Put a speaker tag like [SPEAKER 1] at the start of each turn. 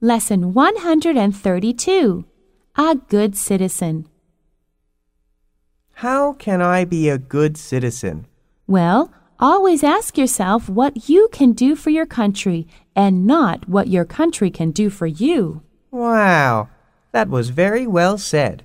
[SPEAKER 1] Lesson 132 A Good Citizen.
[SPEAKER 2] How can I be a good citizen?
[SPEAKER 1] Well, always ask yourself what you can do for your country and not what your country can do for you.
[SPEAKER 2] Wow, that was very well said.